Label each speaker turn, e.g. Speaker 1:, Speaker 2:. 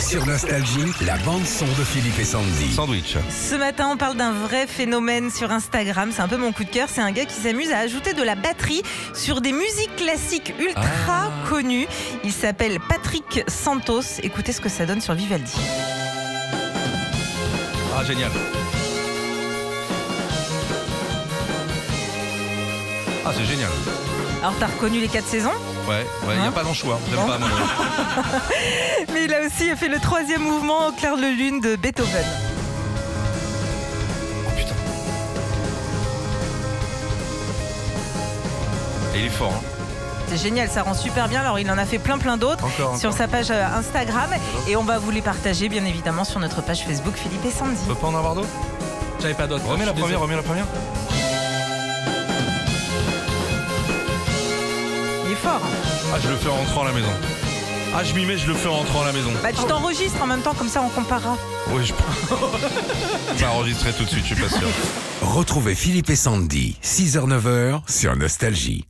Speaker 1: Sur Nostalgie, la bande-son de Philippe et Sandy.
Speaker 2: Sandwich.
Speaker 3: Ce matin, on parle d'un vrai phénomène sur Instagram. C'est un peu mon coup de cœur. C'est un gars qui s'amuse à ajouter de la batterie sur des musiques classiques ultra
Speaker 2: Ah.
Speaker 3: connues. Il s'appelle Patrick Santos. Écoutez ce que ça donne sur Vivaldi.
Speaker 2: Ah, génial. Ah, c'est génial.
Speaker 3: Alors, t'as reconnu les quatre saisons
Speaker 2: Ouais, ouais, il n'y a
Speaker 3: Hein
Speaker 2: pas dans le choix. J'aime
Speaker 3: Non.
Speaker 2: pas, moi.
Speaker 3: Mais il a aussi fait le troisième mouvement au clair de lune de Beethoven.
Speaker 2: Oh, putain. Et il est fort, hein.
Speaker 3: C'est génial, ça rend super bien. Alors, il en a fait plein, plein d'autres
Speaker 2: Encore,
Speaker 3: sur
Speaker 2: encore.
Speaker 3: sa page euh, Instagram. Et on va vous les partager, bien évidemment, sur notre page Facebook Philippe et Sandy.
Speaker 2: On peut pas en avoir d'autres
Speaker 4: J'avais pas d'autre.
Speaker 2: Remets la
Speaker 4: Je suis
Speaker 2: première, remets la première.
Speaker 3: Il est fort.
Speaker 2: Ah, je le fais en rentrant à la maison. Ah, je m'y mets, je le fais en rentrant à la maison.
Speaker 3: Bah, tu t'enregistres en même temps, comme ça, on comparera.
Speaker 2: Oui, je peux. On va enregistrer tout de suite, je suis pas sûr.
Speaker 1: Retrouvez Philippe et Sandy, 6h-9h sur Nostalgie.